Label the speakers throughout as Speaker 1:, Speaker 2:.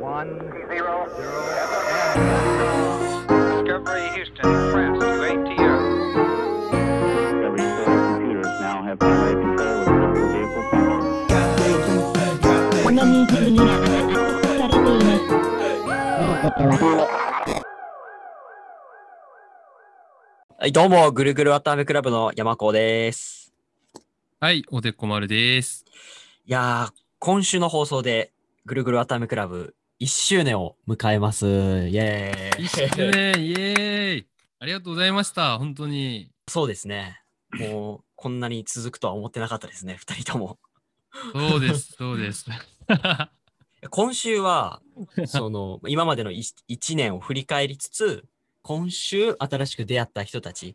Speaker 1: One zero Discovery Houston Press to ATO.
Speaker 2: Discovery Solar computers now have highway control of critical vehicle functions.
Speaker 3: このミーティングには発されています。
Speaker 4: はい、どうも、ぐるぐるわたあめクラブの山子です。
Speaker 5: はい、おでこ丸です。
Speaker 4: いやー、今週の放送で、ぐるぐるわたあめクラブ1周年を迎えます。イェーイ。
Speaker 5: 一周 年、イエーイありがとうございました、本当に。
Speaker 4: そうですね。もう、こんなに続くとは思ってなかったですね、2人とも。
Speaker 5: そ うです、そうです。
Speaker 4: 今週 は、その、今までの 1, 年を振り返りつつ、今週、新しく出会った人たち、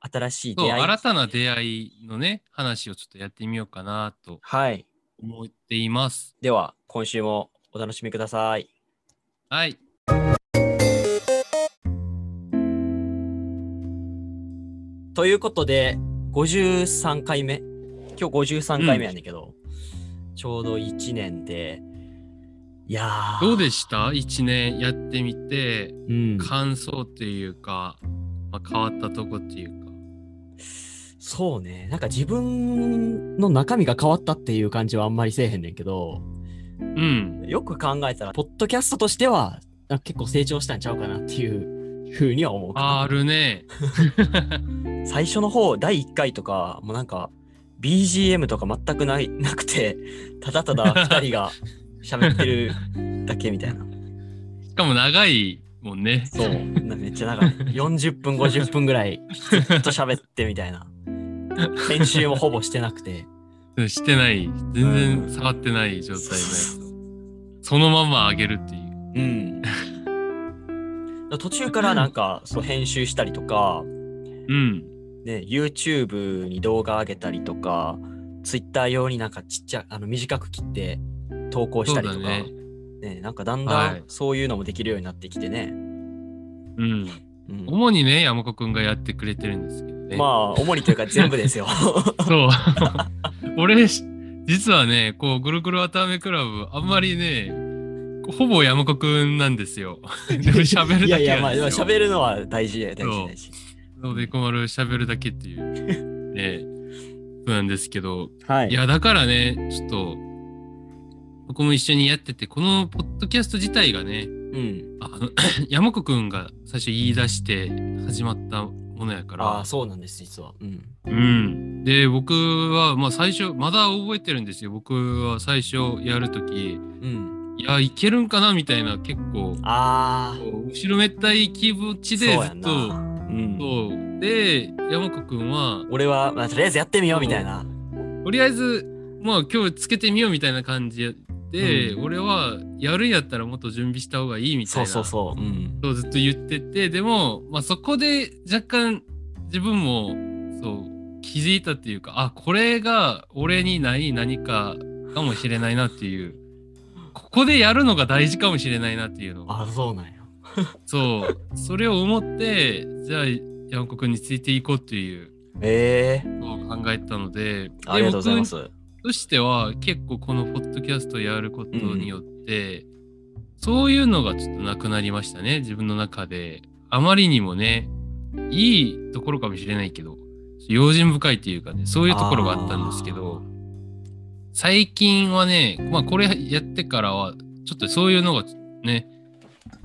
Speaker 4: 新しい
Speaker 5: そう
Speaker 4: 出会い。
Speaker 5: 新たな出会いのね、話をちょっとやってみようかなと
Speaker 4: はい。
Speaker 5: 思っています。
Speaker 4: では、今週もお楽しみください。
Speaker 5: はい。
Speaker 4: ということで、53回目。今日53回目やねんけど、ちょうど1年で、いやー、
Speaker 5: どうでした一年やってみて、
Speaker 4: うん、
Speaker 5: 感想というか、まあ、変わったとこっていうか。
Speaker 4: そうね、なんか自分の中身が変わったっていう感じはあんまりせえへんねんけど、
Speaker 5: うん。
Speaker 4: よく考えたら、ポッドキャストとしては、なんか結構成長したんちゃうかなっていうふうには思うかな
Speaker 5: あるね。
Speaker 4: 最初の方、第1回とか、もうなんか、BGM とか全くないなくて、ただただ2人が喋ってるだけみたいな。
Speaker 5: しかも長いもんね。
Speaker 4: そう。なめっちゃ長い。40分、50分ぐらいずっと喋ってみたい な。編集もほぼしてなくて。
Speaker 5: うんしてない。全
Speaker 4: うん
Speaker 5: 然触ってない状態のやつをそのまま上げるっていう。
Speaker 4: うん。途中からなんかそう編集したりとか、
Speaker 5: うん。
Speaker 4: ね、YouTube に動画上げたりとか、Twitter 用になんかちっちゃあの短く切って投稿したりとか、
Speaker 5: そうだ
Speaker 4: ね
Speaker 5: ね
Speaker 4: なんかだんだ
Speaker 5: はい
Speaker 4: んそういうのもできるようになってきてね。
Speaker 5: うん。
Speaker 4: うん
Speaker 5: 主にね、山子くんがやってくれてるんですけどね。
Speaker 4: まあ、主にというか全部ですよ。
Speaker 5: あ、 そう。 俺、実はね、こう、ぐるぐるわたあめクラブ、あんまりね、ほぼ山子くんなんですよ。で も喋る
Speaker 4: いや
Speaker 5: だ
Speaker 4: い
Speaker 5: け
Speaker 4: や、ま
Speaker 5: な
Speaker 4: あ、
Speaker 5: ん
Speaker 4: でも
Speaker 5: ですよ。
Speaker 4: 喋るのは大事で、大事大事。
Speaker 5: そうで困る喋るだけっていう。ね、そうなんですけど。
Speaker 4: はい
Speaker 5: や、だからね、ちょっと、僕も一緒にやってて、このポッドキャスト自体がね、
Speaker 4: うん。
Speaker 5: あの 山子くんが最初言い出して始まったものやから。
Speaker 4: ああ、そうなんです、実は。うん。
Speaker 5: うん、で僕は、まあ、最初まだ覚えてるんですよ僕は最初やるとき
Speaker 4: うん。
Speaker 5: いやいけるんかなみたいな結構
Speaker 4: ああ。
Speaker 5: 後ろめったい気持ちでず
Speaker 4: そうや
Speaker 5: っ
Speaker 4: ん
Speaker 5: と
Speaker 4: な
Speaker 5: そう
Speaker 4: うん
Speaker 5: で山子くんは
Speaker 4: 俺は、まあ、とりあえずやってみようみたいな。
Speaker 5: とりあえずまあ今日つけてみようみたいな感じで、
Speaker 4: う
Speaker 5: 俺はやるんやったらもっと準備した方がいいみたい
Speaker 4: そ
Speaker 5: な
Speaker 4: うそうそう。うん。
Speaker 5: そうずっと言っててでも、まあ、そこで若干自分もそう気づいたっていうかあこれが俺にない何かかもしれないなっていうここでやるのが大事かもしれないなっていうの
Speaker 4: ああ、そうなんや。
Speaker 5: そうそれを思ってじゃあ山子君についていこうっていう
Speaker 4: ええ
Speaker 5: のを考えたので
Speaker 4: ありがとうございま。
Speaker 5: です僕としては結構このポッドキャストをやることによって、そういうのがちょっとなくなりましたね自分の中であまりにもねいいところかもしれないけど用心深いっていうかねそういうところがあったんですけど最近はね、まあ、これやってからはちょっとそういうのがね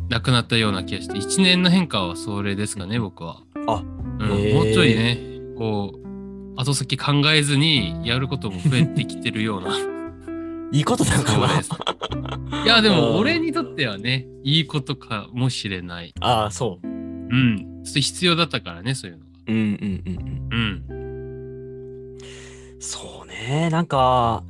Speaker 5: なくなったような気がして1年の変化はそれですかね僕は。
Speaker 4: あ
Speaker 5: うん
Speaker 4: へー
Speaker 5: もうちょいねこう後先考えずにやることも増えてきてるよ うな
Speaker 4: いいことなのか
Speaker 5: そう
Speaker 4: な
Speaker 5: です。いやで
Speaker 4: うん
Speaker 5: も俺にとってはねいいことかもしれない。
Speaker 4: ああ、そう。
Speaker 5: うん。ちょっと必要だったからねそういうのが。
Speaker 4: うんうんうん
Speaker 5: うん。
Speaker 4: うん。そうね。なんか、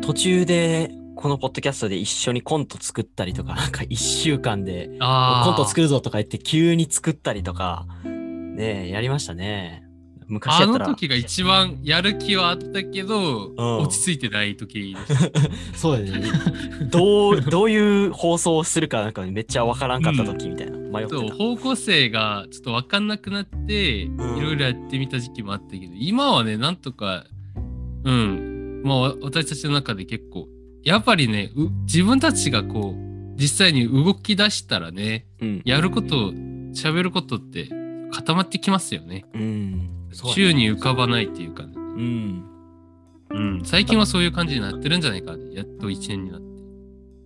Speaker 4: 途中で、このポッドキャストで一緒にコント作ったりとか、なん か一週間で、
Speaker 5: ああ。
Speaker 4: コント作るぞとか言って急に作ったりとか、ねえ、やりましたね。昔
Speaker 5: あ
Speaker 4: やった
Speaker 5: の
Speaker 4: ら。
Speaker 5: 時が一番やる気はあったけど、落ち着いてない時でした。
Speaker 4: そうだね。どう、どういう放送をするかなんかめっちゃわからんかった時みたいな。迷って
Speaker 5: そう
Speaker 4: た。
Speaker 5: 方向性がちょっと分かんなくなって、い
Speaker 4: ん
Speaker 5: ろいろやってみた時期もあったけど今はねなんとかうんまあわ私たちの中で結構やっぱりねう自分たちがこう実際に動き出したらね、
Speaker 4: うん。
Speaker 5: やること、喋ることって固まってきますよね。
Speaker 4: うん。そうだね
Speaker 5: 宙に浮かばないっていうか、
Speaker 4: うん。
Speaker 5: うん、最近はそういう感じになってるんじゃないか。やっと1年になって。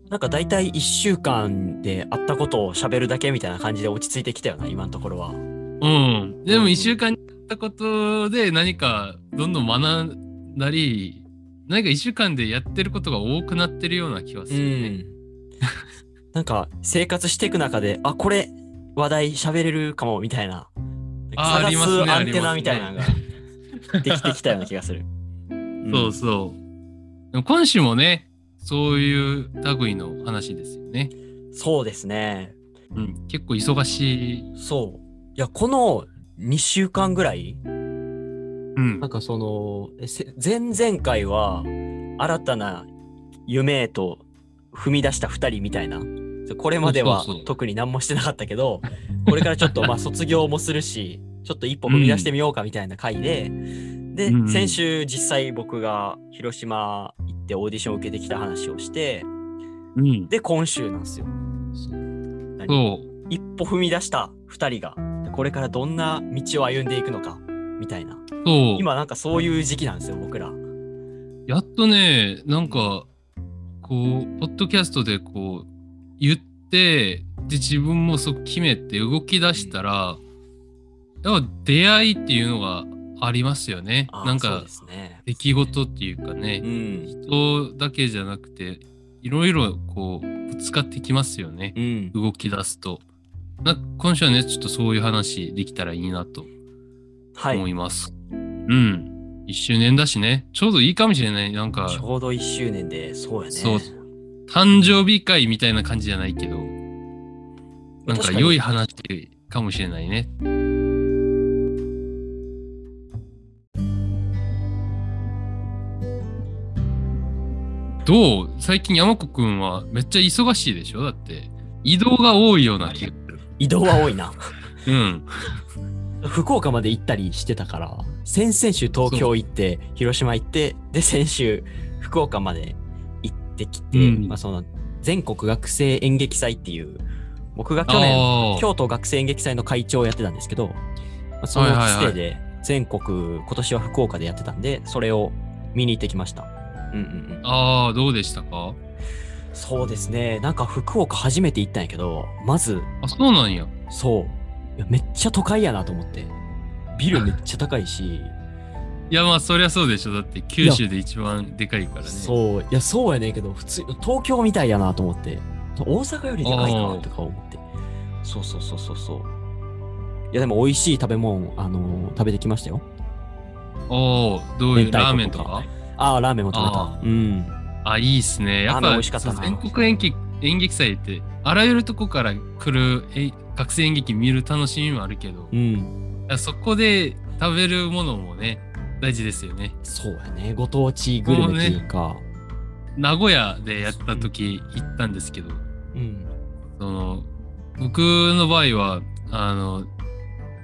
Speaker 4: なんか大体1週間で会ったことを喋るだけみたいな感じで落ち着いてきたよな、今のところは。
Speaker 5: うん。でも1週間になったことで何かどんどん学んだり、何か1週間でやってることが多くなってるような気がするね。。
Speaker 4: なんか生活していく中で、あ、これ話題喋れるかもみたいな。
Speaker 5: あーありますね
Speaker 4: アンテナみたいなのができてきたような気がす る。ん
Speaker 5: そうそう。でも今週もね、そういう類の話ですよね。
Speaker 4: そうですね。
Speaker 5: うん、結構忙しい。
Speaker 4: そう。いや、この2週間ぐらい、
Speaker 5: うん
Speaker 4: なん。かその、えせ前々回は、新たな夢へと踏み出した2人みたいな。これまでは
Speaker 5: そうそうそう
Speaker 4: 特に何もしてなかったけど、これからちょっとまあ卒業もするし、ちょっと一歩踏み出してみようかみたいな回で、で
Speaker 5: うんう、ん
Speaker 4: 先週実際僕が広島行ってオーディションを受けてきた話をして、
Speaker 5: うん、
Speaker 4: で、今週なんですよ。
Speaker 5: そう。
Speaker 4: 一歩踏み出した2人が、これからどんな道を歩んでいくのか、みたいな。
Speaker 5: そう。
Speaker 4: 今なんかそういう時期なんですよ、僕ら。
Speaker 5: やっとね、なんか、こう、ポッドキャストでこう、言って、で、自分もそう決めて動き出したら、やっぱ出会いっていうのがありますよね。
Speaker 4: あー
Speaker 5: なん
Speaker 4: そう
Speaker 5: か
Speaker 4: で、すね。
Speaker 5: 出来事っていうかね
Speaker 4: う、ん。
Speaker 5: 人だけじゃなくて、いろいろこう、ぶつかってきますよね。
Speaker 4: うん。
Speaker 5: 動き出すと。な今週はね、ちょっとそういう話できたらいいなと
Speaker 4: は
Speaker 5: 思
Speaker 4: い。
Speaker 5: います。うん。1周年だしね、ちょうどいいかもしれない。なんか、
Speaker 4: ちょうど1周年で、そうやね。
Speaker 5: そう誕生日会みたいな感じじゃないけど、なん
Speaker 4: 確
Speaker 5: か
Speaker 4: かに
Speaker 5: 良い話かもしれないね。どう最近山子くんはめっちゃ忙しいでしょだって移動が多いような気が
Speaker 4: 移動は多いな。
Speaker 5: うん。
Speaker 4: 福岡まで行ったりしてたから、先々週東京行って、広島行って、で、先週福岡まで行ってきて、
Speaker 5: うん
Speaker 4: まあその、全国学生演劇祭っていう、僕が去年、
Speaker 5: ああ。
Speaker 4: 京都学生演劇祭の会長をやってたんですけど、まあその
Speaker 5: はいはいはい
Speaker 4: つてで、全国、今年は福岡でやってたんで、それを見に行ってきました。うんうんうん。
Speaker 5: ああ、どうでしたか
Speaker 4: そうですね。なんか福岡初めて行ったんやけど、まず、
Speaker 5: あ、そうなんや。
Speaker 4: そう。いやめっちゃ都会やなと思って。ビルめっちゃ高いし、
Speaker 5: いや、まあ、そりゃそうでしょ。だって、九州で一番でかいからね。
Speaker 4: そう。いや、そうやねんけど、普通、東京みたいやなと思って。大阪よりでかい
Speaker 5: あ
Speaker 4: な
Speaker 5: ー
Speaker 4: とか思って。そうそうそうそうそう。いや、でも美味しい食べ物、あのー食べてきましたよ。
Speaker 5: おーどうい
Speaker 4: 明
Speaker 5: う
Speaker 4: 太子とか
Speaker 5: ラーメンとか
Speaker 4: ああ、ラーメンも食べ
Speaker 5: あ
Speaker 4: た。うん。
Speaker 5: あ、いいっすね。や
Speaker 4: ラ
Speaker 5: っ
Speaker 4: ーメン
Speaker 5: ぱ
Speaker 4: 美味しかったな
Speaker 5: 全国演劇演劇祭って、あらゆるとこから来るえ学生演劇見る楽しみもあるけど、
Speaker 4: うん。
Speaker 5: そこで食べるものもね、大事ですよね。
Speaker 4: そうやね。ご当地グルメっていうか。
Speaker 5: 名古屋でやった時行ったんですけど、
Speaker 4: うん。
Speaker 5: その僕の場合は、あの、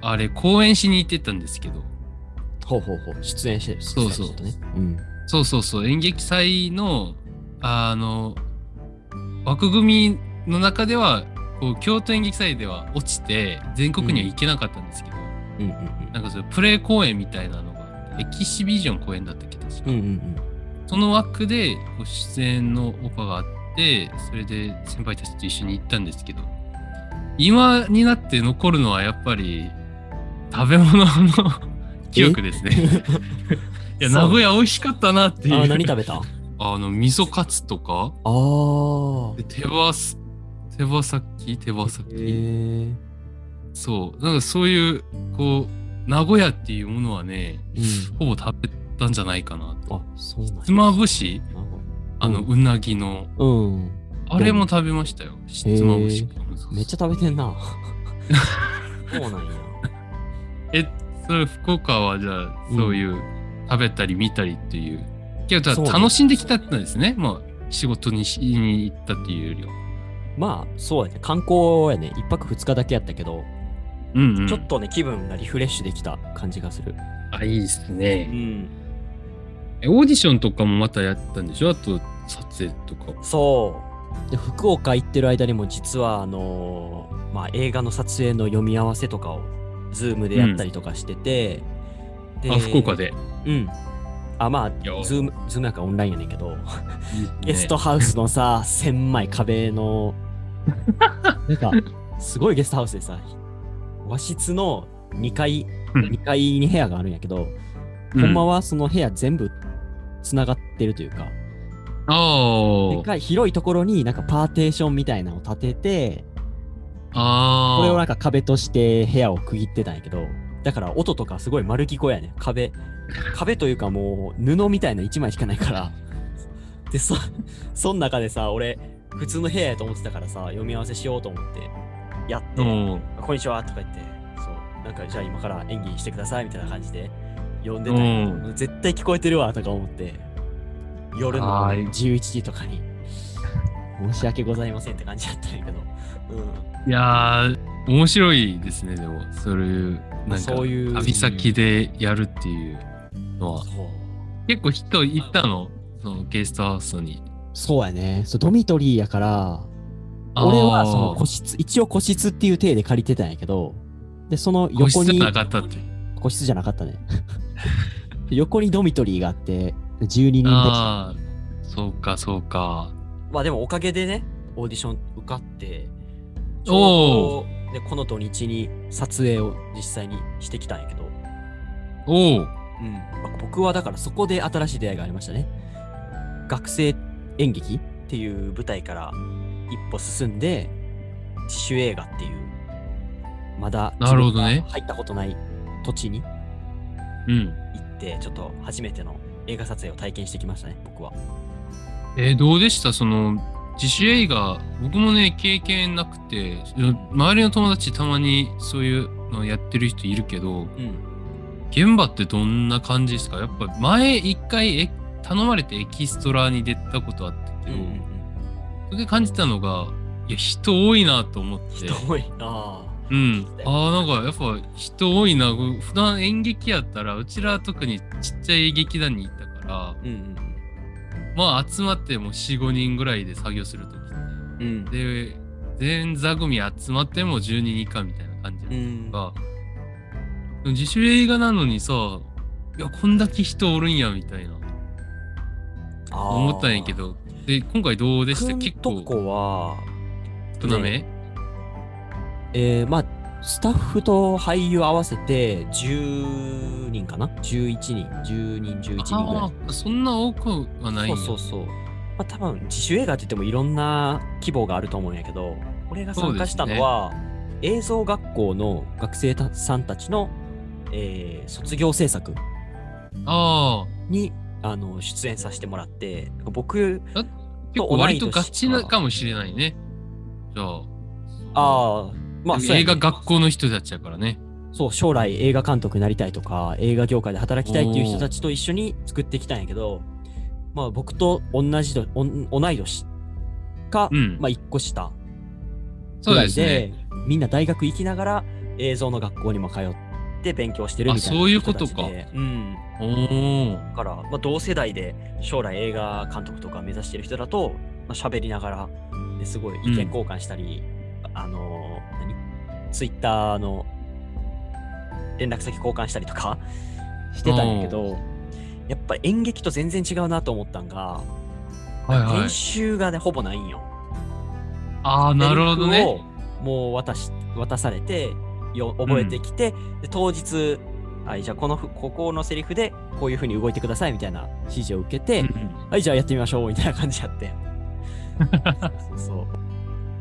Speaker 5: あれ、公演しに行ってたんですけど、
Speaker 4: ほうほうほう。出演してる。
Speaker 5: そうそう
Speaker 4: 出演してたね。うん。
Speaker 5: そうそうそう、演劇祭の、あの、枠組みの中では、こう京都演劇祭では落ちて、全国には行けなかったんですけど、
Speaker 4: うん
Speaker 5: なんかそれプレイ公演みたいなのがあって、エキシビジョン公演だったっけ確か、
Speaker 4: うんうん。うんうん
Speaker 5: その枠でこう出演のオファーがあって、それで先輩たちと一緒に行ったんですけど、今になって残るのはやっぱり食べ物の 記憶ですね。 いや、
Speaker 4: そう
Speaker 5: 名古屋美味しかったなって
Speaker 4: うん。
Speaker 5: いう。
Speaker 4: あー、何食べたあ
Speaker 5: あの、味噌カツとか、
Speaker 4: あー。
Speaker 5: で手羽す、手羽先手羽先、
Speaker 4: へえ。
Speaker 5: そう。なんかそういう、こう、名古屋っていうものはね、
Speaker 4: うん。
Speaker 5: ほぼ食べたんじゃないかなと。
Speaker 4: あ、そうなんや
Speaker 5: ひつまぶしあの、
Speaker 4: うん
Speaker 5: うなぎの、
Speaker 4: うん。
Speaker 5: あれも食べましたよ。ひつまぶし。
Speaker 4: めっちゃ食べてんな。そうなんや。
Speaker 5: え、それ福岡はじゃあ、そういう、食べたり見たりっていう。けど、
Speaker 4: そうね
Speaker 5: 楽しんできたんですね。まあ、仕事にしに行ったっていうよりは。
Speaker 4: まあ、そうやね。観光やね。一泊二日だけやったけど、
Speaker 5: うん、うん。
Speaker 4: ちょっとね、気分がリフレッシュできた感じがする。
Speaker 5: あ、いいですね。
Speaker 4: ん。
Speaker 5: えオーディションとかもまたやったんでしょあと撮影とか。
Speaker 4: そで福岡行ってる間にも実はあのーまあ、映画の撮影の読み合わせとかを Zoom でやったりとかしてて、
Speaker 5: あ、福岡で。
Speaker 4: うんあまあ
Speaker 5: いや
Speaker 4: Zoom, Zoom なんかオンラインやねんけど、ゲスト
Speaker 5: ね
Speaker 4: ハウスのさ1000枚壁のなんかすごいゲストハウスでさ和室の2階
Speaker 5: うん
Speaker 4: 2階に部屋があるんやけど、
Speaker 5: うん
Speaker 4: ほんまはその部屋全部つながってるというか、で
Speaker 5: あ
Speaker 4: かい広いところになんかパーテーションみたいなのを立てて
Speaker 5: あ。ああ。
Speaker 4: これをなんか壁として部屋を区切ってたんやけどだから音とかすごい丸聞こえやね壁壁というかもう布みたいな1枚しかないからでそそん中でさ俺普通の部屋やと思ってたからさ読み合わせしようと思ってやって、
Speaker 5: うん。
Speaker 4: こんにちはとか言って、そう、なんかじゃあ今から演技してくださいみたいな感じで呼んでたんやけど
Speaker 5: うん
Speaker 4: もう絶対聞こえてるわとか思って、夜の
Speaker 5: あー
Speaker 4: 11時とかに、申し訳ございませんって感じだったんやけど、うん、
Speaker 5: いやー、面白いですね、でも、そういう、なんか、
Speaker 4: そういう
Speaker 5: 旅先でやるっていうのは
Speaker 4: そう。。
Speaker 5: 結構人行ったのそのゲストハウスに。
Speaker 4: そうやね、そうドミトリーやから、俺はその個室、一応個室っていう体で借りてたんやけど、で、その
Speaker 5: 個
Speaker 4: 横
Speaker 5: 室
Speaker 4: に
Speaker 5: じゃなかったって。
Speaker 4: 個室じゃなかったね。 横にドミトリーがあって、12人でした。
Speaker 5: ああ、そうか、そうか。
Speaker 4: まあでもおかげでね、オーディション受かって、ち
Speaker 5: お
Speaker 4: ょうどでこの土日に撮影を実際にしてきたんやけど、
Speaker 5: お
Speaker 4: う
Speaker 5: お、
Speaker 4: んまあ僕はだからそこで新しい出会いがありましたね。学生演劇っていう舞台から一歩進んで、自主映画っていう、まだ
Speaker 5: なるほどね
Speaker 4: 自分が入ったことない土地に
Speaker 5: うん。
Speaker 4: 行って、ちょっと初めての映画撮影を体験してきましたね、僕は。
Speaker 5: えーどうでしたその、自主映画、僕もね、経験なくて、周りの友達たまにそういうのやってる人いるけど、
Speaker 4: うん。
Speaker 5: 現場ってどんな感じですかやっぱ前一回え頼まれてエキストラに出たことあったけど、それで感じたのが、いや、人多いなと思って。
Speaker 4: 人多い。ああ。
Speaker 5: うん、ああなんかやっぱ人多いなこう普段演劇やったらうちら特にちっちゃい劇団に行ったから
Speaker 4: うんうんうん。
Speaker 5: まあ集まっても45人ぐらいで作業するときっ
Speaker 4: うん。
Speaker 5: てで全座組集まっても10人以下みたいな感じ
Speaker 4: う
Speaker 5: だ
Speaker 4: ん
Speaker 5: が、自主映画なのにさいやこんだけ人おるんやみたいな思ったんやけどで今回どうでした
Speaker 4: 結
Speaker 5: 結
Speaker 4: 構。
Speaker 5: 構
Speaker 4: こは、
Speaker 5: 少なめ、
Speaker 4: えー、まあ、スタッフと俳優合わせて10人かな ?11 人、10人、11人ぐら。
Speaker 5: ああそんな多くはいない
Speaker 4: そ
Speaker 5: んや
Speaker 4: うそうそう。まあ、多分自主映画って言ってもいろんな規模があると思うんやけど、俺が参加したのは、映像学校の学生たさんたちの、えー卒業制作
Speaker 5: ああ
Speaker 4: にあの出演させてもらって、僕、
Speaker 5: 結構割とガチなかもしれないね。じゃあ。
Speaker 4: ああ、まあ、そうやね
Speaker 5: 映画学校の人たちやからね。
Speaker 4: そう将来映画監督になりたいとか映画業界で働きたいっていう人たちと一緒に作ってきたんやけど、まあ、僕と同じどおん同い年か、
Speaker 5: うん
Speaker 4: まあ、1個下
Speaker 5: そ
Speaker 4: ぐ
Speaker 5: う
Speaker 4: ら
Speaker 5: で
Speaker 4: い
Speaker 5: す
Speaker 4: で
Speaker 5: ね。
Speaker 4: みんな大学行きながら映像の学校にも通って勉強してるみたいな
Speaker 5: あそういう
Speaker 4: 人たちで
Speaker 5: ことか
Speaker 4: うん、
Speaker 5: おお。
Speaker 4: だから、まあ、同世代で将来映画監督とか目指してる人だと、まあ、喋りながらですごい意見交換したり、あの何ツイッターの連絡先交換したりとかしてたんやけどやっぱ演劇と全然違うなと思ったんが、
Speaker 5: はいはい
Speaker 4: 練。習がねほぼないんよ。
Speaker 5: ああ、なるほど
Speaker 4: セリフ
Speaker 5: ね。
Speaker 4: をもう渡し渡されてよ覚えてきて、で当日はいじゃあこのふここのセリフでこういうふうに動いてくださいみたいな指示を受けて、
Speaker 5: うん
Speaker 4: はい、じゃあやってみましょうみたいな感じやって。そうそうそう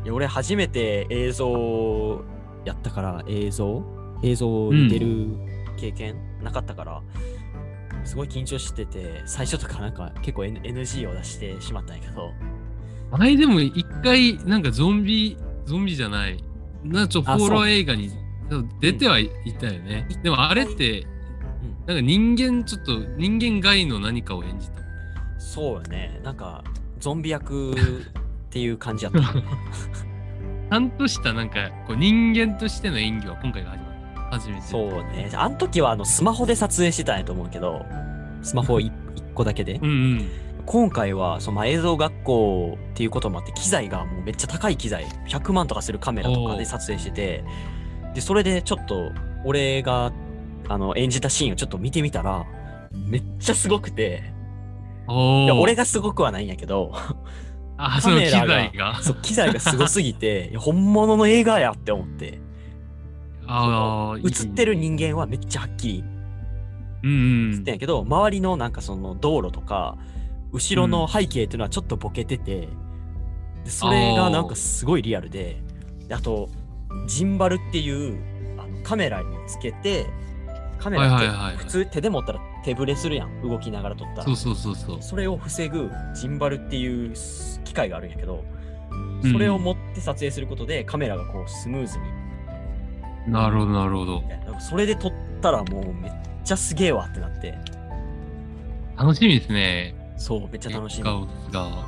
Speaker 4: いや俺、初めて映像やったから、映像映像に出る経験なかったから、すごい緊張してて、最初とかなんか結構 N- NG を出してしまったんやけど、
Speaker 5: あれでも一回、なんかゾンビ、ゾンビじゃない。なんかちょっと
Speaker 4: あ
Speaker 5: ホ
Speaker 4: そ
Speaker 5: ロ
Speaker 4: う
Speaker 5: ー映画にそう出てはいたよね。でもあれって、
Speaker 4: うん
Speaker 5: なんか人間、ちょっと人間外の何かを演じた。
Speaker 4: そうよね、なんかゾンビ役っていう感じやった。
Speaker 5: ちゃんとしたなんかこう人間としての演技は今回が始まった。初めて。
Speaker 4: そうね、あの時はあのスマホで撮影してたんやと思うけど、スマホ 1, 個だけで。
Speaker 5: うんうん。
Speaker 4: 今回はそのまあ映像学校っていうこともあって機材がもうめっちゃ高い機材100万とかするカメラとか
Speaker 5: おう
Speaker 4: で撮影しててでそれでちょっと俺があの演じたシーンをちょっと見てみたらめっちゃすごくてい
Speaker 5: お
Speaker 4: や
Speaker 5: お。
Speaker 4: 俺がすごくはないんやけど
Speaker 5: あ、
Speaker 4: カ
Speaker 5: その機
Speaker 4: メラが
Speaker 5: 材が。
Speaker 4: そう機材がすごすぎていや本物の映画やって思って
Speaker 5: ああ、
Speaker 4: 映ってる。人間はめっちゃはっきり
Speaker 5: うんう
Speaker 4: 映っ
Speaker 5: ん
Speaker 4: てん。やけど、周りのなんかその道路とか後ろの背景っていうのはちょっとボケてて、でそれがなんかすごいリアルでであとジンバルっていうあのカメラにつけてカメ
Speaker 5: はい
Speaker 4: ラっ
Speaker 5: はい
Speaker 4: て
Speaker 5: はい
Speaker 4: 普。通手で持ったら手ぶれするやん動きながら撮ったら
Speaker 5: そうそうそうそう。
Speaker 4: それを防ぐジンバルっていう機械があるんやけどそれを持って撮影することでカメラがこうスムーズに
Speaker 5: なるほど、なるほど
Speaker 4: み。たいななんかそれで撮ったらもうめっちゃすげえわってなって
Speaker 5: 楽しみですね。
Speaker 4: そうめっちゃ楽しみ
Speaker 5: 結果が。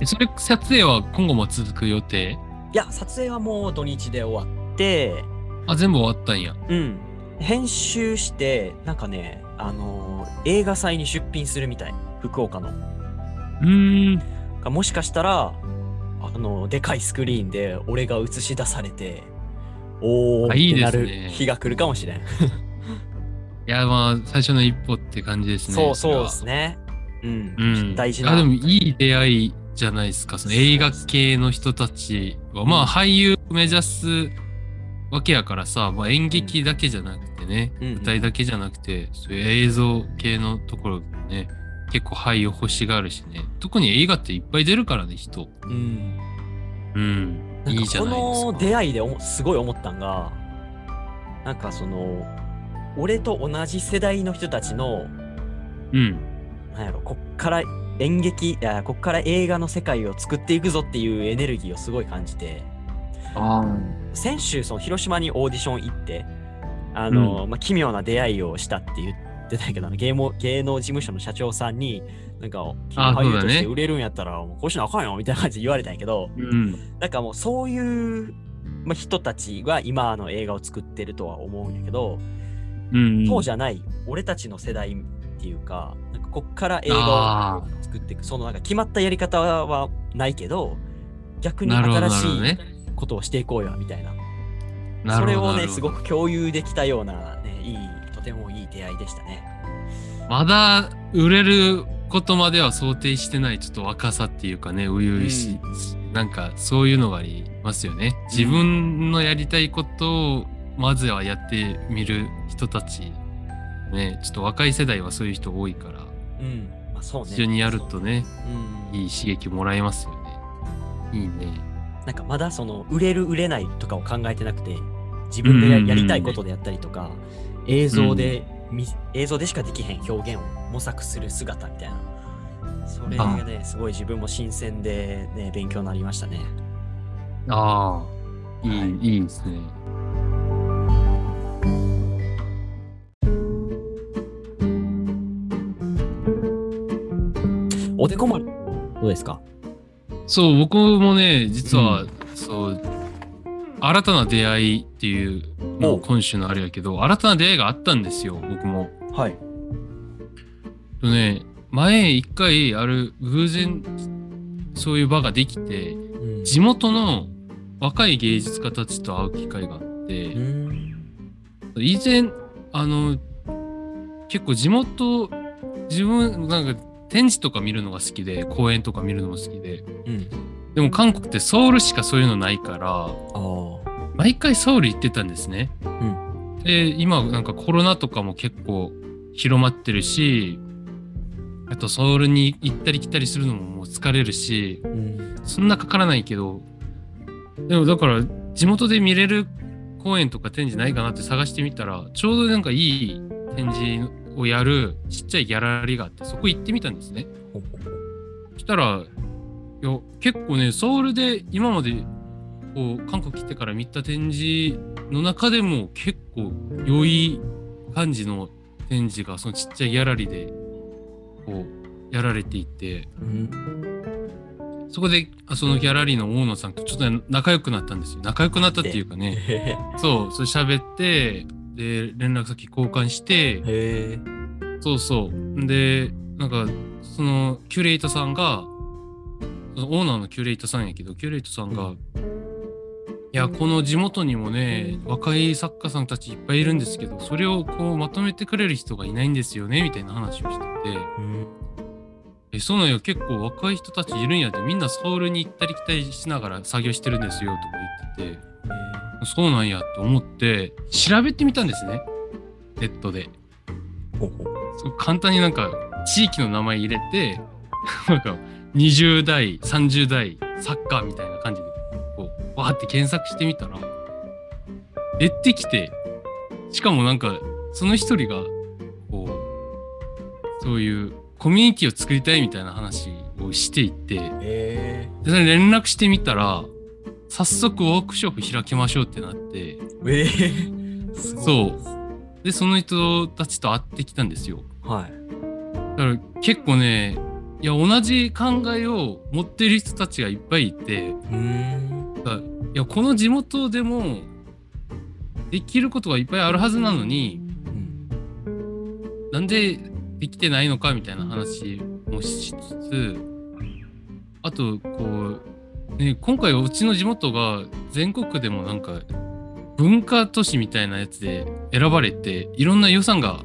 Speaker 5: えそれ、撮影は今後も続く予定
Speaker 4: いや、撮影はもう土日で終わって、
Speaker 5: あ、全部終わったんや。
Speaker 4: うん。編集して、なんかね、あのー映画祭に出品するみたい。福岡の。
Speaker 5: うーん。
Speaker 4: がもしかしたら、あのーでかいスクリーンで俺が映し出されて、おー
Speaker 5: あい
Speaker 4: っ
Speaker 5: い
Speaker 4: て
Speaker 5: で
Speaker 4: な
Speaker 5: すね
Speaker 4: る日が来るかもしれん。
Speaker 5: いや、まあ、最初の一歩って感じですね。
Speaker 4: そうそう
Speaker 5: れ
Speaker 4: で
Speaker 5: は
Speaker 4: すね。うん。
Speaker 5: うん、
Speaker 4: 大事な。
Speaker 5: あでもいい出会いじゃないですかその映画系の人たちはまあ俳優を目指すわけやからさ、まあ、演劇だけじゃなくてね、
Speaker 4: うん
Speaker 5: 舞台だけじゃなくてそういう映像系のところね結構俳優欲しがるしね特に映画っていっぱい出るからね人
Speaker 4: うん。
Speaker 5: うん
Speaker 4: ないんか
Speaker 5: いじゃ
Speaker 4: こ
Speaker 5: ないですか
Speaker 4: の出会いでおすごい思ったんがなんかその俺と同じ世代の人たちの
Speaker 5: うん
Speaker 4: なんやろこっから演劇いやこっから映画の世界を作っていくぞっていうエネルギーをすごい感じて
Speaker 2: あ
Speaker 4: 先週その広島にオーディション行ってあの、まあ、奇妙な出会いをしたって言ってたけどあの芸能芸能事務所の社長さんになんか君
Speaker 5: あ
Speaker 4: 俳優
Speaker 5: そう
Speaker 4: と
Speaker 5: だ
Speaker 4: し
Speaker 5: ね
Speaker 4: て売れるんやったらもうこうしなあかんよみたいな感じで言われたんやけど
Speaker 5: うん
Speaker 4: なんかもうそういう、まあ、人たちが今あの映画を作ってるとは思うんやけど
Speaker 5: うん
Speaker 4: そうじゃない俺たちの世代っていうかなんかこっから映画を作っていくそのなんか決まったやり方はないけど逆に
Speaker 5: なるほ
Speaker 4: 新
Speaker 5: どなるほ
Speaker 4: し
Speaker 5: ど
Speaker 4: い
Speaker 5: ね
Speaker 4: ことをしていこうよみたいな
Speaker 5: な
Speaker 4: そ
Speaker 5: る
Speaker 4: れ
Speaker 5: ほど
Speaker 4: を
Speaker 5: な
Speaker 4: ね
Speaker 5: るほど
Speaker 4: すごく共有できたような、ね、いいとてもいい出会いでしたね
Speaker 5: まだ売れることまでは想定してないちょっと若さっていうかね初々しい、なんかそういうのがありますよね自分のやりたいことをまずはやってみる人たちねちょっと若い世代はそういう人多いから
Speaker 4: うんまあそうね
Speaker 5: 一緒にやるとね
Speaker 4: うん
Speaker 5: いい刺激もらえますよねいいね
Speaker 4: なんかまだその売れる売れないとかを考えてなくて自分でや
Speaker 5: うんうんうん
Speaker 4: やりたいことであったりとか映像で、み映像でしかできへん表現を模索する姿みたいなそれがねすごい自分も新鮮で、ね、勉強になりましたね
Speaker 5: ああいい、、
Speaker 4: はい
Speaker 5: いですね
Speaker 4: おでこまるどうですか
Speaker 5: そう僕もね実は、
Speaker 4: う
Speaker 5: そう新たな出会いっていうの
Speaker 4: お
Speaker 5: を今週のあれやけど新たな出会いがあったんですよ僕も。
Speaker 4: はい
Speaker 5: とね前一回ある偶然そういう場ができて
Speaker 4: うん
Speaker 5: 地元の若い芸術家たちと会う機会があって。
Speaker 4: うん
Speaker 5: 以前あの結構地元自分なんか展示とか見るのが好きで公園とか見るのも好きで
Speaker 4: うん
Speaker 5: でも韓国ってソウルしかそういうのないから
Speaker 4: ああ
Speaker 5: 毎回ソウル行ってたんですね、
Speaker 4: ん
Speaker 5: で今なんかコロナとかも結構広まってるしあとソウルに行ったり来たりするのももう疲れるし
Speaker 4: うん
Speaker 5: そんなかからないけど、でもだから地元で見れる公園とか展示ないかなって探してみたら、ちょうどなんかいい展示をやるちっちゃいギャラリーがあって、そこ行ってみたんですね。
Speaker 4: ほほほ
Speaker 5: そしたら、いや、結構ね、ソウルで今までこう韓国来てから見た展示の中でも結構良い感じの展示がそのちっちゃいギャラリーでこうやられていて、
Speaker 4: うん
Speaker 5: そこで、あそのギャラリーの大野さんとちょっとね仲良くなったんですよ。仲良くなったっていうかね、
Speaker 4: へ
Speaker 5: そう、それ喋って、で、連絡先交換して
Speaker 4: え、へえ
Speaker 5: そうそう。で、なんかそのキュレートさんがそのオーナーのキュレートさんやけどキュレートさんが、
Speaker 4: う
Speaker 5: いやこの地元にもね若い作家さんたちいっぱいいるんですけどそれをこうまとめてくれる人がいないんですよねみたいな話をしてて
Speaker 4: うん
Speaker 5: えそうなんよ結構若い人たちいるんやでみんなソウルに行ったり来たりしながら作業してるんですよとか言っててそうなんやって思って調べてみたんですねネットで。
Speaker 4: ほうほう
Speaker 5: そう簡単になんか地域の名前入れて なんか20代30代サッカーみたいな感じでこうわーって検索してみたら出てきてしかもなんかその一人がこうそういうコミュニティを作りたいみたいな話をしていてで
Speaker 4: え
Speaker 5: それ連絡してみたら早速ワークショップ開きましょうってなって
Speaker 4: ー、えー、すごい
Speaker 5: そうでその人たちと会ってきたんですよ。
Speaker 4: はい
Speaker 5: だから結構ねいや同じ考えを持ってる人たちがいっぱいいて
Speaker 4: うん
Speaker 5: いやこの地元でもできることがいっぱいあるはずなのに
Speaker 4: うん
Speaker 5: なんでできてないのかみたいな話もしつつあとこう、ね、今回うちの地元が全国でもなんか文化都市みたいなやつで選ばれていろんな予算が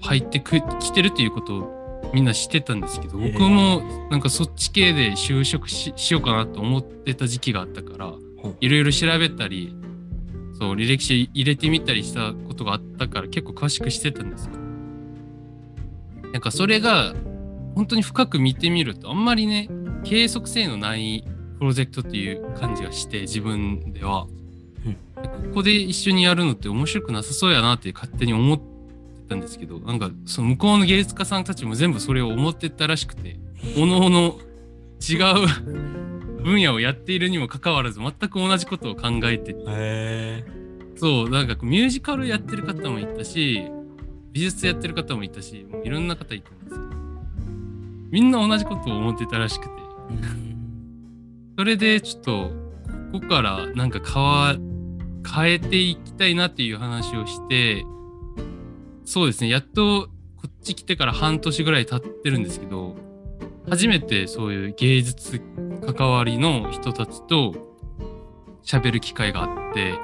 Speaker 5: 入ってくきてるということをみんな知ってたんですけど
Speaker 4: ええ
Speaker 5: 僕もなんかそっち系で就職ししようかなと思ってた時期があったから
Speaker 4: ほう
Speaker 5: いろいろ調べたりそう履歴書入れてみたりしたことがあったから結構詳しくしてたんですよ。なんかそれが本当に深く見てみるとあんまりね計測性のないプロジェクトっていう感じがして自分では、ここで一緒にやるのって面白くなさそうやなって勝手に思ってたんですけどなんかその向こうの芸術家さんたちも全部それを思ってたらしくて各々違う分野をやっているにもかかわらず全く同じことを考えて
Speaker 4: え
Speaker 5: そうなんかミュージカルやってる方もいたし美術やってる方もいたしもういろんな方いたんですよみんな同じことを思ってたらしくて
Speaker 4: ー、
Speaker 5: それでちょっとここからなんか変わ変えていきたいなっていう話をしてそうですねやっとこっち来てから半年ぐらい経ってるんですけど初めてそういう芸術関わりの人たちと喋る機会があって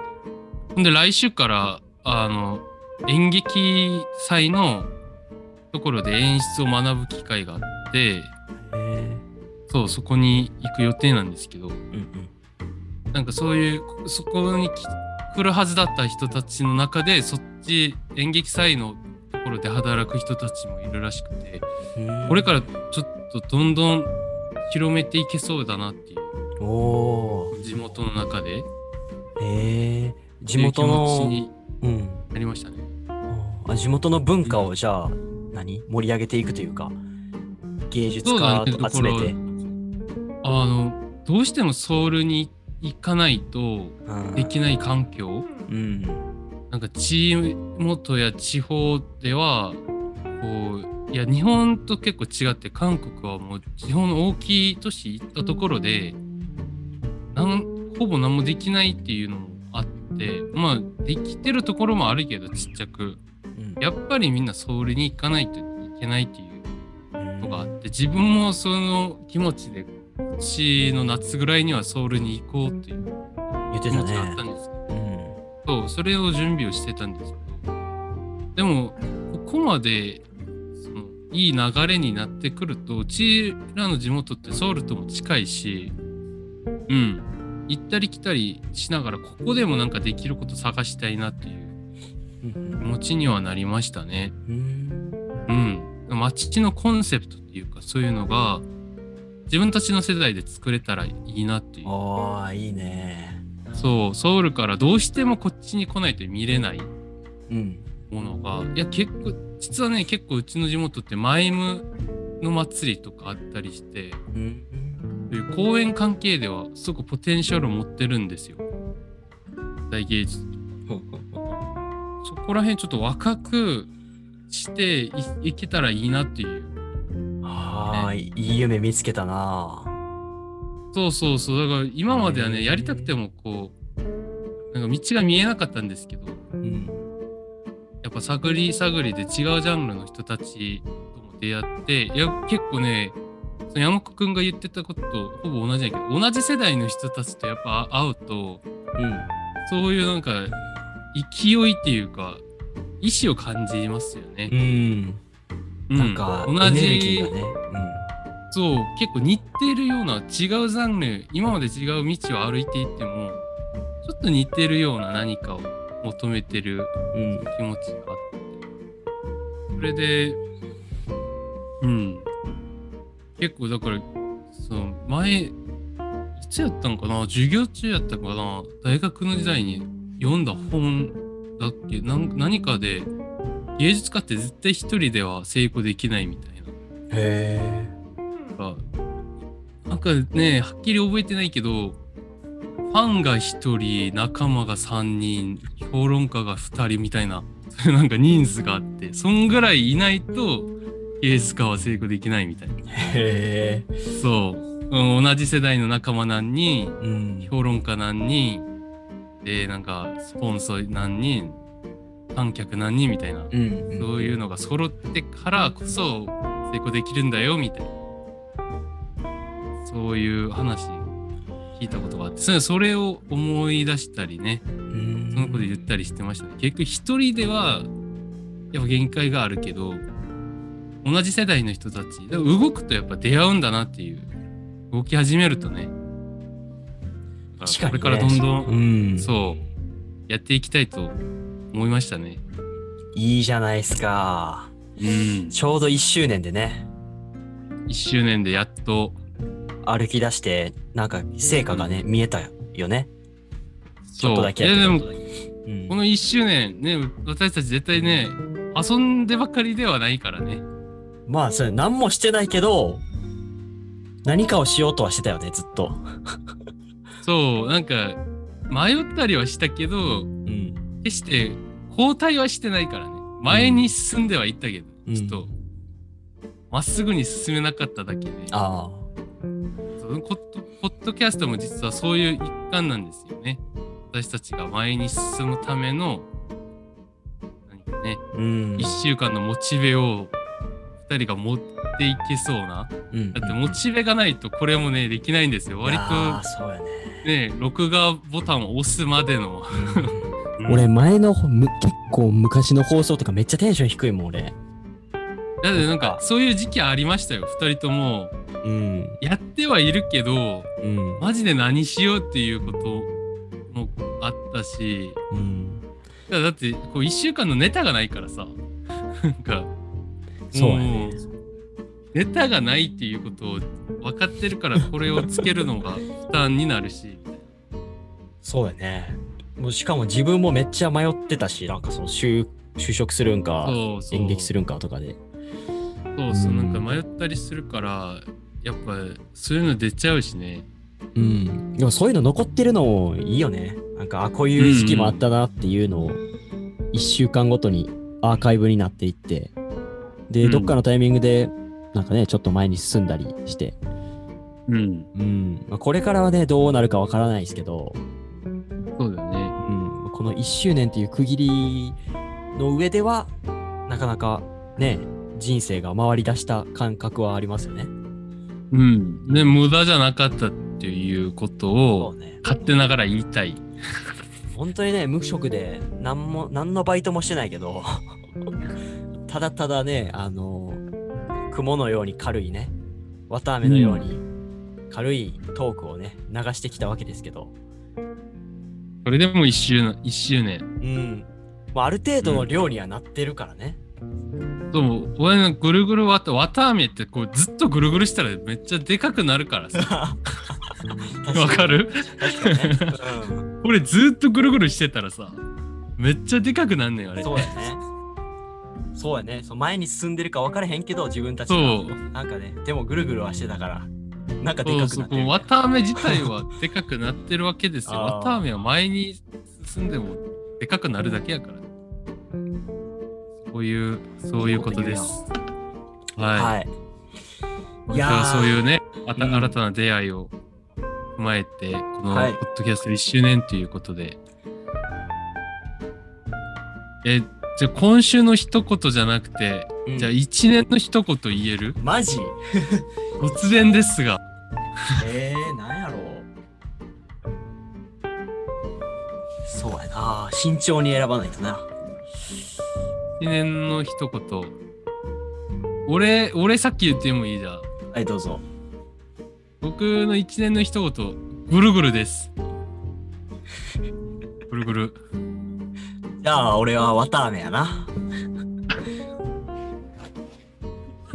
Speaker 5: ほんで来週からあの演劇祭のところで演出を学ぶ機会があって
Speaker 4: えー、
Speaker 5: そうそこに行く予定なんですけど
Speaker 4: うんうん
Speaker 5: なんかそういうこそこにき来るはずだった人たちの中でそっち演劇祭のところで働く人たちもいるらしくてこれからちょっとどんどん広めていけそうだなってい
Speaker 4: おお
Speaker 5: う地元の中で
Speaker 4: ーえー、地元の
Speaker 5: っていう気持ちに
Speaker 4: うん
Speaker 5: なりましたね。
Speaker 4: あ地元の文化をじゃあ何盛り上げていくというか芸術
Speaker 5: そうだ
Speaker 4: 家
Speaker 5: ね
Speaker 4: と集めて、
Speaker 5: あのどうしてもソウルに行かないと
Speaker 4: うん
Speaker 5: できない環境
Speaker 4: うん
Speaker 5: なんか地元や地方ではこういや日本と結構違って韓国はもう地方の大きい都市行ったところでなんほぼ何もできないっていうのもあってまあできてるところもあるけどちっちゃく
Speaker 4: うん
Speaker 5: やっぱりみんなソウルに行かないといけないっていう
Speaker 4: うん
Speaker 5: のがあって自分もその気持ちで今年の夏ぐらいにはソウルに行こうっていう
Speaker 4: 言って
Speaker 5: 気
Speaker 4: た
Speaker 5: 持ちがあっ
Speaker 4: ね
Speaker 5: たんですけど
Speaker 4: うん
Speaker 5: そう、それを準備をしてたんですけど、でも、ここまで、その、いい流れになってくると、うちらの地元ってソウルとも近いし、うん、行ったり来たりしながら、ここでもなんかできること探したいなっていう
Speaker 4: うん
Speaker 5: 気持ちにはなりましたね。
Speaker 4: うん
Speaker 5: うん。町のコンセプトっていうか、そういうのが、自分たちの世代で作れたらいいなっていう。
Speaker 4: ああいいね
Speaker 5: そう、ソウルからどうしてもこっちに来ないと見れない。
Speaker 4: うん
Speaker 5: ものがいや結構実はね結構うちの地元ってマイムの祭りとかあったりして
Speaker 4: うん
Speaker 5: そういう公演関係ではすごくポテンシャルを持ってるんですよ大芸術そこら辺ちょっと若くしていいけたらいいなっていう
Speaker 4: ああいい夢見つけたな
Speaker 5: そうそうそうだから今までは
Speaker 4: へ
Speaker 5: ね
Speaker 4: ー
Speaker 5: やりたくてもこうなんか道が見えなかったんですけど
Speaker 4: うん
Speaker 5: やっぱ探り探りで違うジャンルの人たちともってやって、いや、結構ね、その山子くんが言ってたこととほぼ同じだけど、同じ世代の人たちとやっぱ会うと、そういうなんか、勢いっていうか、意志を感じますよね
Speaker 4: う。ん。
Speaker 5: う
Speaker 4: なんか、
Speaker 5: 同
Speaker 4: エネルギ
Speaker 5: じ
Speaker 4: ーがね。
Speaker 5: そう結構似てるような違うジャンル今まで違う道を歩いていってもちょっと似てるような何かを求めてる
Speaker 4: うん。うん。
Speaker 5: 気持ちがあってそれでうん結構だからその前いつやったんかな授業中やったかな大学の時代に読んだ本だっけなん何かで芸術家って絶対一人では成功できないみたいな
Speaker 4: へ
Speaker 5: かなんかねはっきり覚えてないけどファンが1人仲間が3人評論家が2人みたいな そういうなんか人数があってそんぐらいいないと芸術家は成功できないみたいな
Speaker 4: え。へえ。
Speaker 5: そううん同じ世代の仲間何人
Speaker 4: うん。
Speaker 5: 評論家何人でなんかスポンサー何人観客何人みたいな
Speaker 4: うん。
Speaker 5: そういうのが揃ってからこそ成功できるんだよみたいなそういう話聞いたことがあってそれそれを思い出したりね
Speaker 4: うん。
Speaker 5: その子で言ったりしてましたね結局一人ではやっぱ限界があるけど同じ世代の人たちだから動くとやっぱ出会うんだなっていう動き始めるとねだ
Speaker 4: 確
Speaker 5: か
Speaker 4: からに
Speaker 5: こ
Speaker 4: ね
Speaker 5: れからどんど
Speaker 4: うんん。
Speaker 5: そうやっていきたいと思いましたね
Speaker 4: いいじゃないですか。
Speaker 5: うん
Speaker 4: ちょうど1周年でね、
Speaker 5: 1周年でやっと
Speaker 4: 歩き出して、なんか成果がね、見えたよね。ち
Speaker 5: そう
Speaker 4: ょっとだけや
Speaker 5: い
Speaker 4: け
Speaker 5: や
Speaker 4: ど
Speaker 5: でも
Speaker 4: うん
Speaker 5: この1周年ね私たち絶対ね遊んでばかりではないからね
Speaker 4: まあ、それ何もしてないけど、何かをしようとはしてたよね、ずっと。
Speaker 5: そうなんか迷ったりはしたけど
Speaker 4: うん。
Speaker 5: 決して後退はしてないからね前に進んではいったけど、
Speaker 4: うん
Speaker 5: ちょっとまっすぐに進めなかっただけで
Speaker 4: あ
Speaker 5: そのポッドポッドキャストも実はそういう一環なんですよね私たちが前に進むための何かね
Speaker 4: あ。うん。
Speaker 5: 1週間のモチベを2人が持っていけそうな
Speaker 4: うん
Speaker 5: だってモチベがないとこれもねできないんですよ割
Speaker 4: ああ、
Speaker 5: と
Speaker 4: そうやね。
Speaker 5: ね録画ボタンを押すまでのうん
Speaker 4: 俺、前のほむ結構昔の放送とかめっちゃテンション低いもん、俺。
Speaker 5: だってなんかそういう時期ありましたよ2人とも
Speaker 4: うん。
Speaker 5: やってはいるけど
Speaker 4: うん。
Speaker 5: マジで何しようっていうこともあったし
Speaker 4: うん。
Speaker 5: だからだってこう1週間のネタがないからさなんか
Speaker 4: そうやね
Speaker 5: も。ネタがないっていうことを分かってるからこれをつけるのが負担になるし
Speaker 4: そうやね。もうしかも自分もめっちゃ迷ってたし、なんかその就就職するんか、
Speaker 5: そうそう
Speaker 4: 演劇するんかとかで。
Speaker 5: そうそうう、なんんか迷ったりするから、やっぱそういうの出ちゃうしね。
Speaker 4: うん。でもそういうの残ってるのもいいよね。なんか、あ、こういう時期もあったなっていうのを、一週間ごとにアーカイブになっていって、で、
Speaker 5: うん
Speaker 4: どっかのタイミングで、なんかね、ちょっと前に進んだりして、
Speaker 5: うん。
Speaker 4: うん。まあ、これからはね、どうなるかわからないですけど、
Speaker 5: そうだよね。
Speaker 4: うん、この1周年という区切りの上ではなかなかね人生が回り出した感覚はありますよね。
Speaker 5: うん。で、無駄じゃなかったっていうことを
Speaker 4: ね
Speaker 5: 勝手ながら言いたい。
Speaker 4: 本当にね無職で何も何のバイトもしてないけ どただただねあの雲のように軽いね綿あめのように軽いトークをね流してきたわけですけど、
Speaker 5: それでも一周な、一周年。
Speaker 4: うんまあ、ある程度の量にはなってるからね。
Speaker 5: そう、俺のぐるぐるわた、わたあめってこうずっとぐるぐるしたらめっちゃでかくなるからさ。 わかる
Speaker 4: 確かにね、うん
Speaker 5: 俺ずっとぐるぐるしてたらさ、めっちゃでかくなんねん、あれ。
Speaker 4: そうやね。そうやね。そう前に進んでるか分からへんけど、自分たち
Speaker 5: そ
Speaker 4: が。
Speaker 5: う。
Speaker 4: なんかね、でもぐるぐるはしてたから、なんかで
Speaker 5: そう
Speaker 4: かく
Speaker 5: そ
Speaker 4: な
Speaker 5: う、
Speaker 4: って
Speaker 5: こ
Speaker 4: る
Speaker 5: う、わたあめ自体はでかくなってるわけですよ。
Speaker 4: あー
Speaker 5: わたあめは前に進んでもでかくなるだけやから。そういう、そういうことです。はい。
Speaker 4: はい。
Speaker 5: 今
Speaker 4: い
Speaker 5: 日
Speaker 4: や
Speaker 5: は
Speaker 4: ー
Speaker 5: そういうね、また
Speaker 4: うん
Speaker 5: 新たな出会いを踏まえて、このポ
Speaker 4: は
Speaker 5: ッ
Speaker 4: い
Speaker 5: ドキャスト1周年ということで。え、じゃあ今週の一言じゃなくて、
Speaker 4: うん
Speaker 5: じゃあ一年の一言言える
Speaker 4: マ ジ
Speaker 5: 突然ですが。
Speaker 4: えー、なんやろう。そうやな。慎重に選ばないとな。
Speaker 5: 一年の一言。俺、俺さっき言ってもいいじゃん。
Speaker 4: はい、どうぞ。
Speaker 5: 僕の一年の一言、ぐるぐるです。ぐるぐる。
Speaker 4: じゃあ、俺は綿あめやな。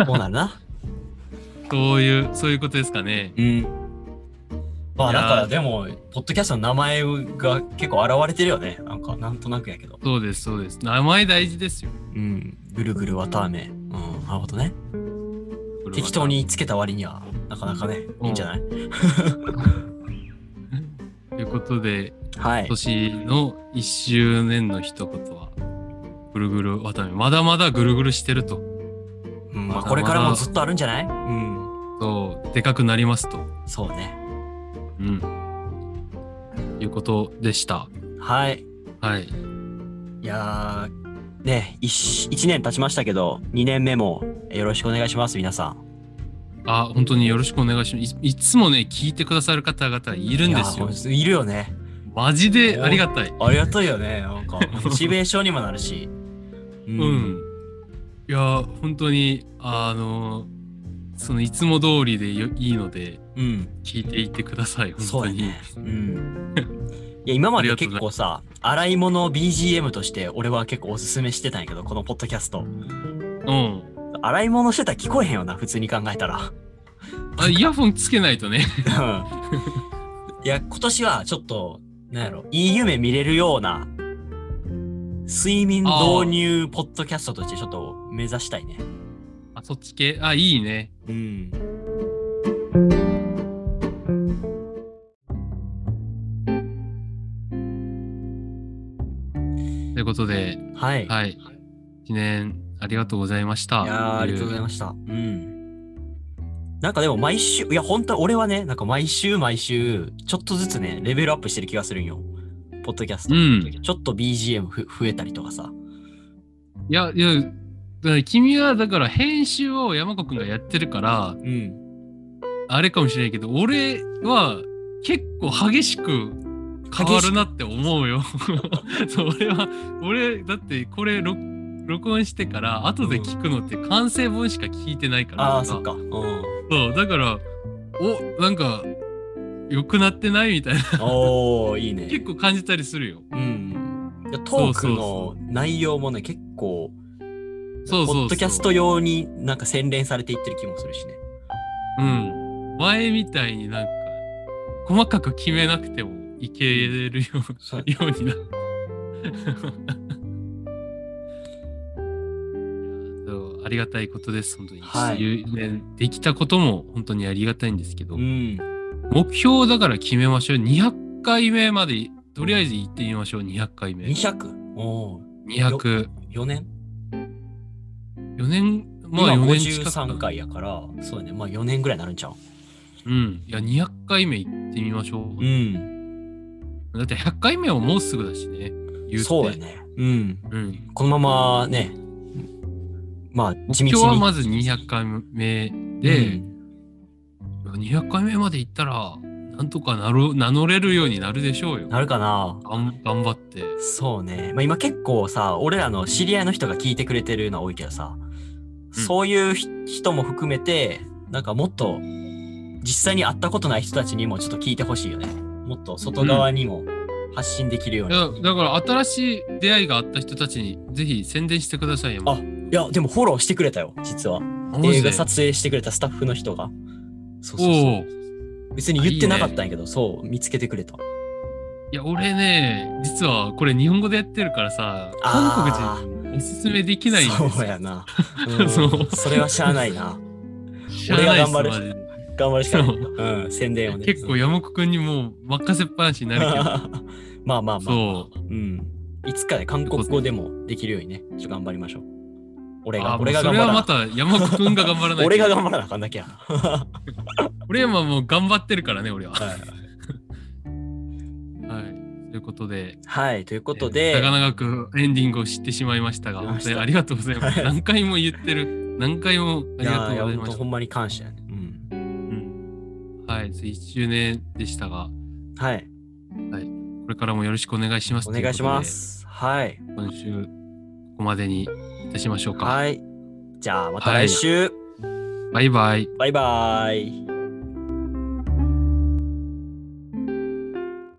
Speaker 4: こうなるな。
Speaker 5: そういう、そういうことですかね。
Speaker 4: うん。まあ、
Speaker 5: いや
Speaker 4: だ
Speaker 5: ー
Speaker 4: からでも、ポッドキャストの名前が結構現れてるよね。なんか、なんとなくやけど。
Speaker 5: そうです、そうです。名前大事ですよ。
Speaker 4: うん。ぐるぐる綿あめ。うん、なるほどね。
Speaker 5: これは
Speaker 4: 適当。につけた割には、なかなかね、いいんじゃない、
Speaker 5: ということで、
Speaker 4: はい
Speaker 5: 今。年の1周年の一言は、ぐるぐる渡辺、まだまだぐるぐるしてると。
Speaker 4: うんまあ、これからもずっとあるんじゃないうん。
Speaker 5: そう、でかくなりますと。
Speaker 4: そうね。
Speaker 5: うん。いうことでした。
Speaker 4: はい。
Speaker 5: はい。
Speaker 4: いやーね一1年経ちましたけど2年目もよろしくお願いします皆さん
Speaker 5: あ、本当によろしくお願いします。いいつもね、聞いてくださる方々いるんですよ
Speaker 4: いや。ーいるよね
Speaker 5: マジでありがたい。
Speaker 4: ありがたいよねなんか モチベーションにもなるしう
Speaker 5: うん。いや、本当に、あの、そのいつも通りでよいいので、
Speaker 4: うん
Speaker 5: 聞いていってください。本
Speaker 4: そう
Speaker 5: 当
Speaker 4: だ
Speaker 5: に。
Speaker 4: ねうん いや今まで結構さ洗い物を BGM として俺は結構おすすめしてたんやけどこのポッドキャスト
Speaker 5: うん。
Speaker 4: 洗い物してたら聞こえへんよな普通に考えたら
Speaker 5: あ、イヤホンつけないとね。
Speaker 4: うんいや今年はちょっとなんやろいい夢見れるような睡眠導入ポッドキャストとしてちょっと目指したいね。
Speaker 5: あ、そっち系。あ、いいね。
Speaker 4: うん。
Speaker 5: ということで、
Speaker 4: はい。い、
Speaker 5: はい。記念ありがとうございました。
Speaker 4: やーありがとうございま
Speaker 5: し
Speaker 4: した。うん。なんかでも毎週、いや本当俺はね、なんか毎週毎週、ちょっとずつね、レベルアップしてる気がするんよ。ポッドキャスト。
Speaker 5: うん
Speaker 4: ちょっと BGM ふ増えたりとかさ。
Speaker 5: いや、いや、だから君はだから編集を山子くんがやってるから、
Speaker 4: うん。
Speaker 5: あれかもしれないけど、俺は結構激しく変わるなって思うよ。 そう俺は、俺、だってこれ録、録音してから、後で聞くのって完成分しか聞いてないから。
Speaker 4: ああ、
Speaker 5: 俺は
Speaker 4: そっか。うん。
Speaker 5: そう、だから、お、なんか、良くなってないみたいな、
Speaker 4: おー、い いね。
Speaker 5: 結構感じたりするよ。
Speaker 4: うん。いやトークの内容もね、結構、
Speaker 5: そうそうそう。
Speaker 4: ポッドキャスト用になんか洗練されていってる気もするしね。
Speaker 5: うん。前みたいになんか、細かく決めなくてもいけるよ
Speaker 4: そう
Speaker 5: うようになる。そうありがたいことです、本当に。
Speaker 4: はい
Speaker 5: 一周年できたことも本当にありがたいんですけど、
Speaker 4: ん。
Speaker 5: 目標だから決めましょう。200回目まで、とりあえず行ってみましょう、200回目。
Speaker 4: 200? おお。
Speaker 5: 200。
Speaker 4: 4年
Speaker 5: 4年、ま
Speaker 4: ま
Speaker 5: あ
Speaker 4: あ
Speaker 5: 4年近くか
Speaker 4: 53回やから、そうやね。まあ4年ぐらいになるんちゃう
Speaker 5: うん。いや、200回目行ってみましょう。
Speaker 4: ん。
Speaker 5: だって100回目はもうすぐだしね。言って
Speaker 4: そうやね。うん。
Speaker 5: うん。
Speaker 4: このままね、まあ地道に。
Speaker 5: 今日はまず200回目
Speaker 4: う
Speaker 5: で、
Speaker 4: ん
Speaker 5: 200回目まで行ったら、なんとかなる名乗れるようになるでしょうよ。
Speaker 4: なるかな
Speaker 5: がん頑張って。
Speaker 4: そうね。まあ今結構さ、俺らの知り合いの人が聞いてくれてるのは多いけどさ、そういうひ人も含めて、なんかもっと実際に会ったことない人たちにもちょっと聞いてほしいよね。もっと外側にも発信できるよう
Speaker 5: い
Speaker 4: に。
Speaker 5: やだから新しい出会いがあった人たちにぜひ宣伝してくださいよ。
Speaker 4: あいや、でもフォローしてくれたよ、実は。
Speaker 5: マジで
Speaker 4: 映画撮影してくれたスタッフの人が。そうそうそう
Speaker 5: おお。
Speaker 4: 別に言ってなかったんやけど、そう、見つけてくれた。
Speaker 5: いや、俺ね、実はこれ日本語でやってるからさ、
Speaker 4: あー
Speaker 5: 韓国人におすすめできないんですよ。
Speaker 4: そうや な。
Speaker 5: そう
Speaker 4: うん、それはしゃあないな。
Speaker 5: 知らないっす
Speaker 4: 俺が頑張る
Speaker 5: マジで
Speaker 4: 頑張るしかない。うん、宣伝をね。
Speaker 5: 結構山子くんにもう任せっぱ なしになるけど。
Speaker 4: まあまあまあ。。
Speaker 5: そう
Speaker 4: ん。いつかね、韓国語でもできるようにね、ちょっと頑張りましょう。俺
Speaker 5: あ
Speaker 4: が、
Speaker 5: ー
Speaker 4: 俺が
Speaker 5: もう
Speaker 4: 頑張ら
Speaker 5: それはまた山子くんが頑張
Speaker 4: な
Speaker 5: らないと
Speaker 4: 俺が頑張らなあかんだけや。
Speaker 5: 俺はもう頑張ってるからね、俺は。
Speaker 4: は
Speaker 5: はい。ということで、
Speaker 4: はい、ということで、
Speaker 5: えー長々くエンディングを知ってしまいましたが、
Speaker 4: 出
Speaker 5: 本
Speaker 4: まし
Speaker 5: 当
Speaker 4: た
Speaker 5: にありがとうございます。
Speaker 4: はい
Speaker 5: 何回も言ってる、何回もありがとうござ
Speaker 4: い
Speaker 5: い
Speaker 4: やー、本当
Speaker 5: まし
Speaker 4: ほ
Speaker 5: た。
Speaker 4: んまに感謝やね。うん。
Speaker 5: うんはい、1周年でしたが、
Speaker 4: はい、
Speaker 5: これからもよろしくお願いします。
Speaker 4: お願いしま。す。はい、
Speaker 5: 今週、ここまでにいたしましょうか。
Speaker 4: はい。じゃあ、また来週。
Speaker 5: バイバイ。
Speaker 4: バイバイ。